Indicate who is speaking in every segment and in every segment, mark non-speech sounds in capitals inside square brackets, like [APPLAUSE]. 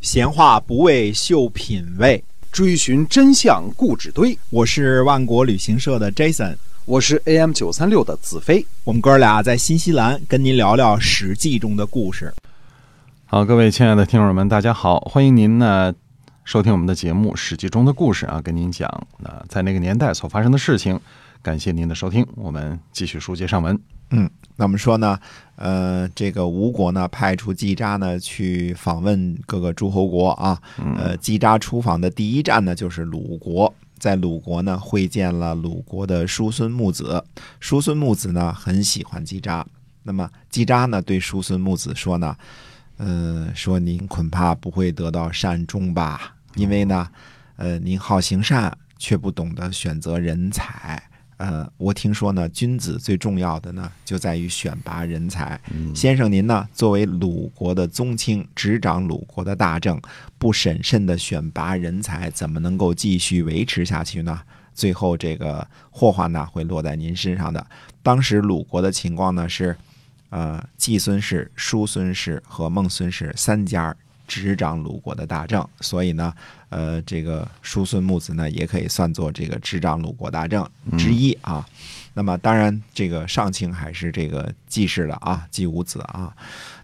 Speaker 1: 闲话不为秀品味，
Speaker 2: 追寻真相故纸堆。
Speaker 1: 我是万国旅行社的 Jason，
Speaker 2: 我是 AM 九三六的子飞。
Speaker 1: 我们哥俩在新西兰跟您聊聊《史记》中的故事。
Speaker 3: 好，各位亲爱的听众们，大家好，欢迎您呢收听我们的节目《史记》中的故事啊，跟您讲啊、在那个年代所发生的事情。感谢您的收听，我们继续书接上文。
Speaker 1: 那我们说呢，呃，这个吴国呢派出季札呢去访问各个诸侯国啊，呃，季札出访的第一站呢就是鲁国，在鲁国呢会见了鲁国的叔孙木子，叔孙木子呢很喜欢季札，那么季札呢对叔孙木子说呢，呃，说您恐怕不会得到善终吧，因为呢，呃，您好行善却不懂得选择人才。呃，我听说呢，君子最重要的呢，就在于选拔人才。先生您呢，作为鲁国的宗亲，执掌鲁国的大政，不审慎的选拔人才，怎么能够继续维持下去呢？最后这个祸患呢，会落在您身上的。当时鲁国的情况呢是，呃，季孙氏、叔孙氏和孟孙氏三家儿执掌鲁国的大政，所以呢，呃，这个叔孙木子呢，也可以算作这个执掌鲁国大政之一啊。那么，当然，这个上卿还是这个季氏的啊，季武子啊。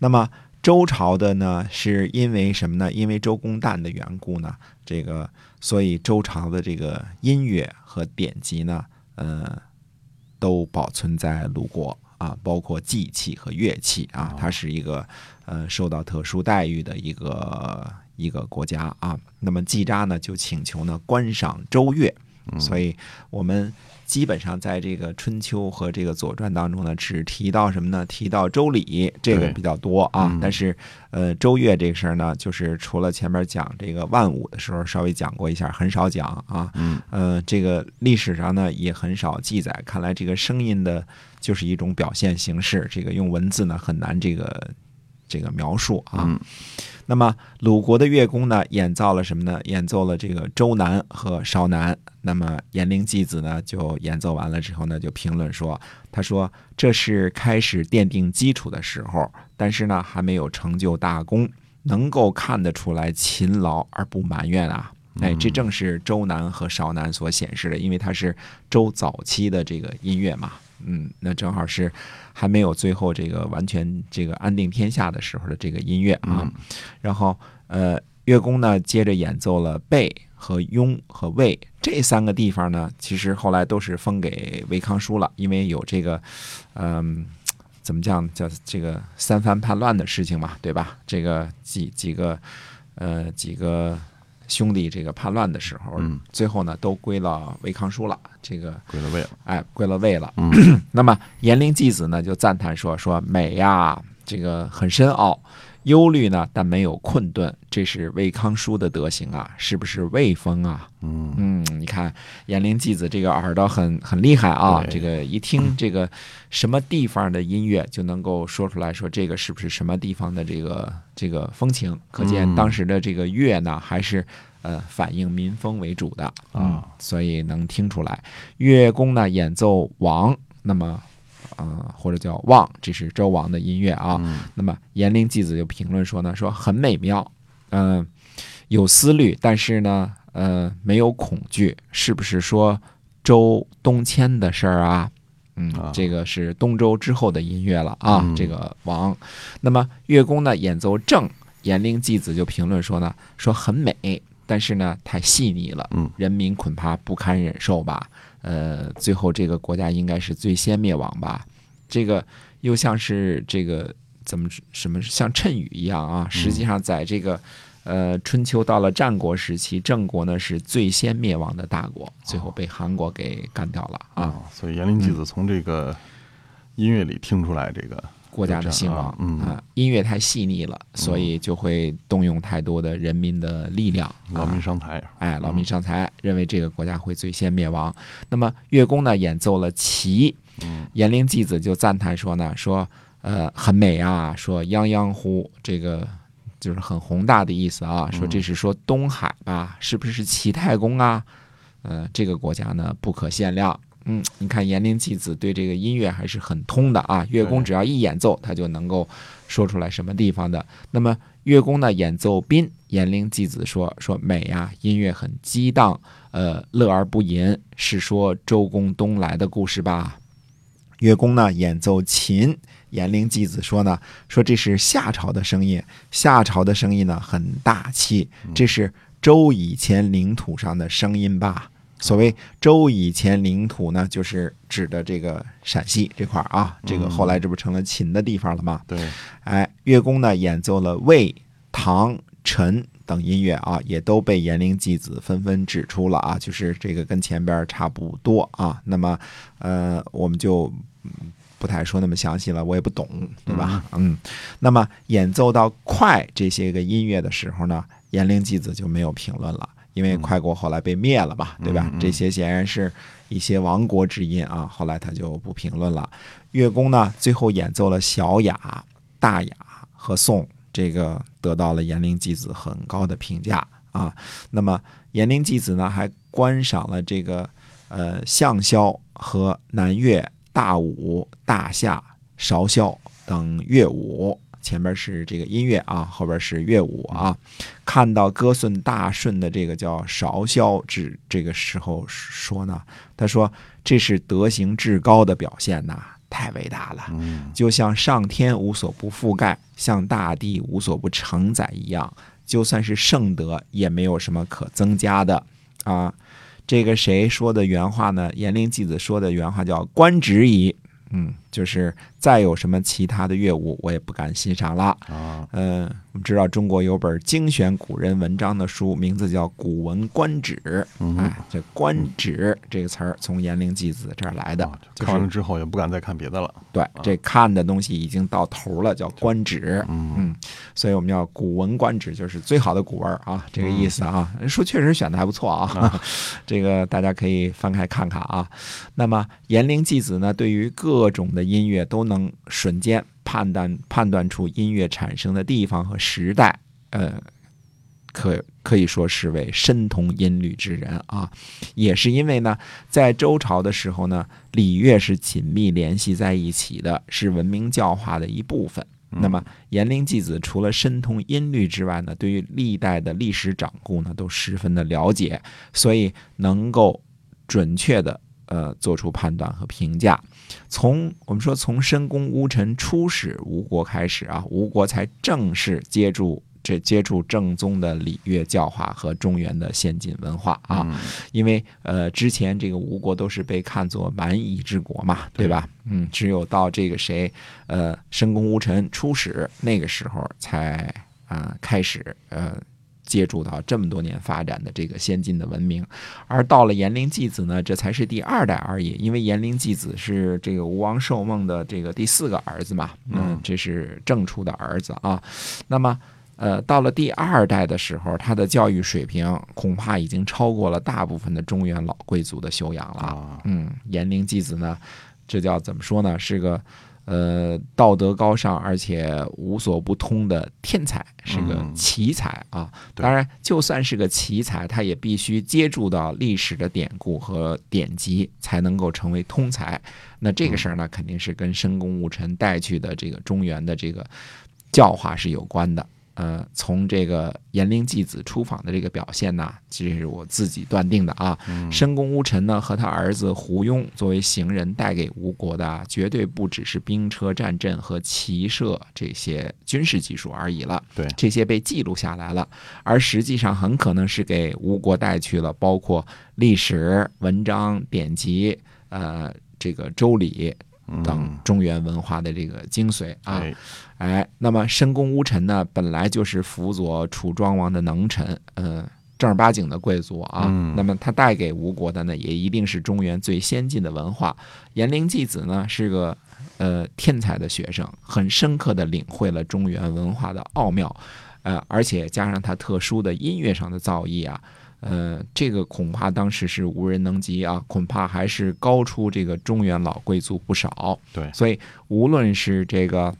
Speaker 1: 那么周朝的呢，是因为什么呢？因为周公旦的缘故呢，这个所以周朝的这个音乐和典籍呢，呃，都保存在鲁国啊，包括祭器和乐器啊，它是一个呃受到特殊待遇的一个一个国家啊。那么季札呢，就请求呢观赏周乐，
Speaker 3: 嗯
Speaker 1: 所以我们基本上在这个春秋和这个左传当中呢，只提到什么呢？提到周礼这个
Speaker 3: 对
Speaker 1: 比较多啊
Speaker 3: 嗯。
Speaker 1: 但是呃，周乐这个事儿呢，就是除了前面讲这个万物的时候稍微讲过一下，很少讲啊。
Speaker 3: 嗯，
Speaker 1: 呃，这个历史上呢也很少记载。看来这个声音的就是一种表现形式，这个用文字呢很难这个这个描述啊。
Speaker 3: 嗯
Speaker 1: 那么鲁国的乐工呢，演奏了什么呢？演奏了这个周南和韶南。那么颜陵季子呢，就演奏完了之后呢，就评论说，他说这是开始奠定基础的时候，但是呢，还没有成就大功，能够看得出来勤劳而不埋怨啊。哎，这正是周南和韶南所显示的，因为它是周早期的这个音乐嘛，嗯，那正好是还没有最后这个完全这个安定天下的时候的这个音乐啊。然后呃，乐工呢接着演奏了贝和雍和魏这三个地方呢，其实后来都是封给韦康叔了，因为有这个，嗯、怎么讲叫这个三藩叛乱的事情嘛，对吧？这个几几个呃几个兄弟这个叛乱的时候，
Speaker 3: 嗯
Speaker 1: 最后呢都归了韦康叔了，这个
Speaker 3: 归了位了。
Speaker 1: 哎，归了位了。 [CLEARS THROAT] 那么颜陵季子呢，就赞叹说：“说美呀，这个很深奥，忧虑呢，但没有困顿，这是魏康叔的德行啊，是不是魏风啊？”
Speaker 3: 嗯
Speaker 1: 嗯，你看颜陵季子这个耳朵很很厉害啊，
Speaker 3: 对
Speaker 1: 这个一听这个什么地方的音乐就能够说出来说这个是不是什么地方的这个这个风情，可见
Speaker 3: 嗯
Speaker 1: 当时的这个乐呢还是呃反映民风为主的啊、嗯
Speaker 3: 啊
Speaker 1: 所以能听出来。乐工呢演奏王，那么呃或者叫望，这是周王的音乐啊。
Speaker 3: 嗯
Speaker 1: 那么颜陵季子就评论说呢，说很美妙，嗯、有思虑，但是呢，呃，没有恐惧，是不是说周东迁的事儿啊？嗯
Speaker 3: 啊，
Speaker 1: 这个是东周之后的音乐了啊，
Speaker 3: 嗯
Speaker 1: 这个王。那么乐工呢演奏正，颜陵季子就评论说呢，说很美，但是呢太细腻了，
Speaker 3: 嗯
Speaker 1: 人民恐怕不堪忍受吧。呃，最后这个国家应该是最先灭亡吧。这个又像是这个怎么什么像谶语一样
Speaker 3: 嗯
Speaker 1: 啊，实际上在这个。呃，春秋到了战国时期，郑国呢是最先灭亡的大
Speaker 3: 哦
Speaker 1: 国，最后被韩国给干掉了啊，
Speaker 3: 啊，所以颜陵季子从这个音乐里听出来这个
Speaker 1: 国家的兴亡
Speaker 3: 有这样啊嗯
Speaker 1: 啊，音乐太细腻了，所以就会动用太多的人民的力量
Speaker 3: 劳
Speaker 1: 啊
Speaker 3: 民，伤财。
Speaker 1: 哎，劳民伤财，认为这个国家会最先灭亡。那么乐工呢演奏了齐，颜陵季子就赞叹说呢，说呃很美啊，说泱泱乎，这个就是很宏大的意思啊，说这是说东海吧，是不是齐太公啊？呃，这个国家呢不可限量。嗯，你看颜陵季子对这个音乐还是很通的啊，乐工
Speaker 3: 对
Speaker 1: 只要一演奏，他就能够说出来什么地方的。那么乐工呢演奏宾，颜陵季子说说美呀、音乐很激荡，呃，乐而不淫，是说周公东来的故事吧？乐工呢演奏琴，颜陵季子说呢说这是夏朝的声音，夏朝的声音呢很大气，这是周以前领土上的声音吧？所谓周以前领土呢，就是指的这个陕西这块儿啊，这个后来这不成了秦的地方了吗？
Speaker 3: 对，
Speaker 1: 哎，乐工呢演奏了魏、唐、陈等音乐啊，也都被颜陵季子纷纷指出了啊，就是这个跟前边儿差不多啊。那么，呃，我们就嗯不太说那么详细了，我也不懂，对吧？嗯，那么演奏到快这些个音乐的时候呢，颜陵季子就没有评论了。因为快国后来被灭了嘛，对吧？这些显然是一些亡国之音啊，后来他就不评论了。乐工呢，最后演奏了小雅、大雅和颂，这个得到了颜陵季子很高的评价啊。那么颜陵季子呢，还观赏了这个呃象箫和南乐、大舞、大夏、韶箫等乐舞。前边是这个音乐啊，后边是乐舞啊。看到歌颂大顺的这个叫韶萧之这个时候说呢，他说这是德行至高的表现呐、太伟大了。
Speaker 3: 嗯
Speaker 1: 就像上天无所不覆盖，像大地无所不承载一样，就算是圣德也没有什么可增加的啊。这个谁说的原话呢？颜陵季子说的原话叫“官职矣”，嗯，就是再有什么其他的乐舞，我也不敢欣赏了。
Speaker 3: 啊，
Speaker 1: 嗯，我们知道中国有本精选古人文章的书，名字叫《古文观止》。
Speaker 3: 嗯
Speaker 1: 哎，，这“观止”这个词儿从颜陵季子这儿来的
Speaker 3: 啊，
Speaker 1: 就
Speaker 3: 看完了
Speaker 1: 是
Speaker 3: 之后也不敢再看别的了。
Speaker 1: 对这看的东西已经到头了，叫观止。
Speaker 3: 嗯
Speaker 1: 嗯，所以我们要古文观止，就是最好的古文啊，这个意思啊。书确实选的还不错啊， [LAUGHS] 这个大家可以翻开看看啊。那么颜陵季子呢，对于各种的音乐都能瞬间判断判断出音乐产生的地方和时代，呃，可可以说是位深通音律之人啊。也是因为呢，在周朝的时候呢，礼乐是紧密联系在一起的，是文明教化的一部分。
Speaker 3: 嗯
Speaker 1: 那么，颜陵季子除了深通音律之外呢，对于历代的历史掌故呢，都十分的了解，所以能够准确的呃做出判断和评价。从我们说从申公巫臣出使吴国开始啊，吴国才正式接触这接触正宗的礼乐教化和中原的先进文化啊。
Speaker 3: 嗯
Speaker 1: 因为呃，之前这个吴国都是被看作蛮夷之国嘛，对吧？嗯，只有到这个谁，呃，申公巫臣出使那个时候才啊、开始呃接触到这么多年发展的这个先进的文明，而到了颜陵季子呢，这才是第二代而已，因为颜陵季子是这个吴王寿梦的这个第四个儿子嘛，嗯，这是正出的儿子啊，那么。呃，到了第二代的时候，他的教育水平恐怕已经超过了大部分的中原老贵族的修养了。
Speaker 3: 啊，
Speaker 1: 嗯，颜陵季子呢，这叫怎么说呢？是个呃道德高尚而且无所不通的天才，是个
Speaker 3: 嗯
Speaker 1: 奇才啊。
Speaker 3: 对
Speaker 1: 当然，就算是个奇才，他也必须接触到历史的典故和典籍，才能够成为通才。那这个
Speaker 3: 嗯
Speaker 1: 事儿呢，肯定是跟申公巫臣带去的这个中原的这个教化是有关的。呃，从这个颜陵季子出访的这个表现呢，这是我自己断定的啊。申公巫臣呢和他儿子胡庸作为行人带给吴国的啊，绝对不只是兵车战阵和骑射这些军事技术而已了。
Speaker 3: 对
Speaker 1: 这些被记录下来了，而实际上很可能是给吴国带去了包括历史文章、典籍，呃，这个周礼等
Speaker 3: 嗯
Speaker 1: 中原文化的这个精髓啊。
Speaker 3: 哎
Speaker 1: 哎，那么申公巫臣呢，本来就是辅佐楚庄王的能臣，嗯、正儿八经的贵族啊。
Speaker 3: 嗯
Speaker 1: 那么他带给吴国的呢，也一定是中原最先进的文化。颜陵季子呢，是个呃天才的学生，很深刻地领会了中原文化的奥妙，呃，而且加上他特殊的音乐上的造诣啊。呃，这个恐怕当时是无人能及啊，恐怕还是高出这个中原老贵族不少。
Speaker 3: 对
Speaker 1: 所以无论是这个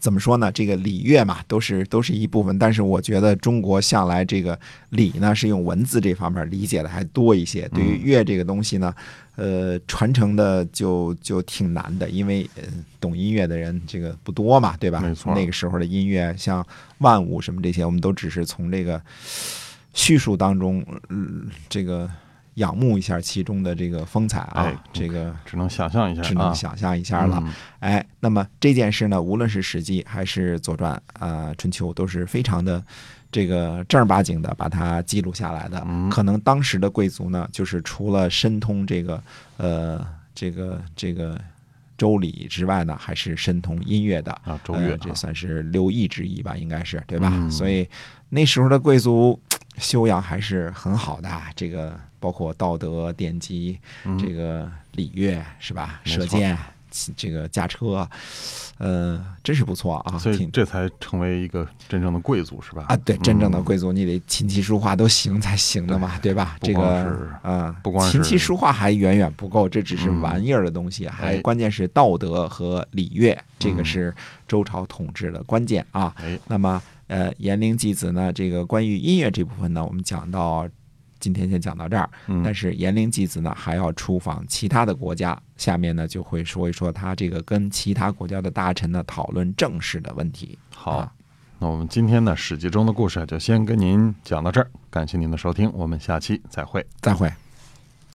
Speaker 1: 怎么说呢？这个礼乐嘛，都是都是一部分。但是我觉得中国向来这个礼呢，是用文字这方面理解的还多一些。对于乐这个东西呢，呃，传承的就就挺难的，因为、呃、懂音乐的人这个不多嘛，对吧？
Speaker 3: 没错
Speaker 1: 那个时候的音乐，像万物什么这些，我们都只是从这个叙述当中，嗯、这个仰慕一下其中的这个风采啊，
Speaker 3: 哎
Speaker 1: 这个
Speaker 3: 只能想象一下啊，
Speaker 1: 只能想象一下了。
Speaker 3: 嗯
Speaker 1: 哎，那么这件事呢，无论是《史记》还是《左传》啊、春秋》，都是非常的这个正儿八经的把它记录下来的。
Speaker 3: 嗯
Speaker 1: 可能当时的贵族呢，就是除了深通这个呃这个这个周礼之外呢，还是深通音乐的。
Speaker 3: 啊，周
Speaker 1: 呃
Speaker 3: 乐
Speaker 1: 这
Speaker 3: 啊
Speaker 1: 算是六艺之一吧，应该是对吧？
Speaker 3: 嗯
Speaker 1: 所以那时候的贵族修养还是很好的啊，这个包括道德、典籍、
Speaker 3: 嗯
Speaker 1: 这个礼乐是吧？
Speaker 3: 没
Speaker 1: 射
Speaker 3: 错
Speaker 1: 箭、骑这个驾车，呃，真是不错啊，
Speaker 3: 所以
Speaker 1: 挺。
Speaker 3: 这才成为一个真正的贵族是吧？
Speaker 1: 啊，对，真正的
Speaker 3: 嗯
Speaker 1: 贵族，你得琴棋书画都行才行的嘛，对吧？
Speaker 3: 不
Speaker 1: 这个
Speaker 3: 光是
Speaker 1: 啊，嗯
Speaker 3: 不光
Speaker 1: 琴棋
Speaker 3: 是
Speaker 1: 书画还远远不够，这只是
Speaker 3: 嗯
Speaker 1: 玩意儿的东西，啊还
Speaker 3: 哎
Speaker 1: 关键是道德和礼乐，这个
Speaker 3: 嗯
Speaker 1: 是周朝统治的关键啊。
Speaker 3: 哎，
Speaker 1: 那么，呃，颜陵祭子呢，这个关于音乐这部分呢，我们讲到今天先讲到这儿。
Speaker 3: 嗯
Speaker 1: 但是颜陵祭子呢，还要出访其他的国家。下面呢，就会说一说他这个跟其他国家的大臣呢讨论政事的问题。
Speaker 3: 嗯好
Speaker 1: 啊，
Speaker 3: 那我们今天呢《史记》中的故事啊就先跟您讲到这儿，感谢您的收听，我们下期再会。
Speaker 1: 再会。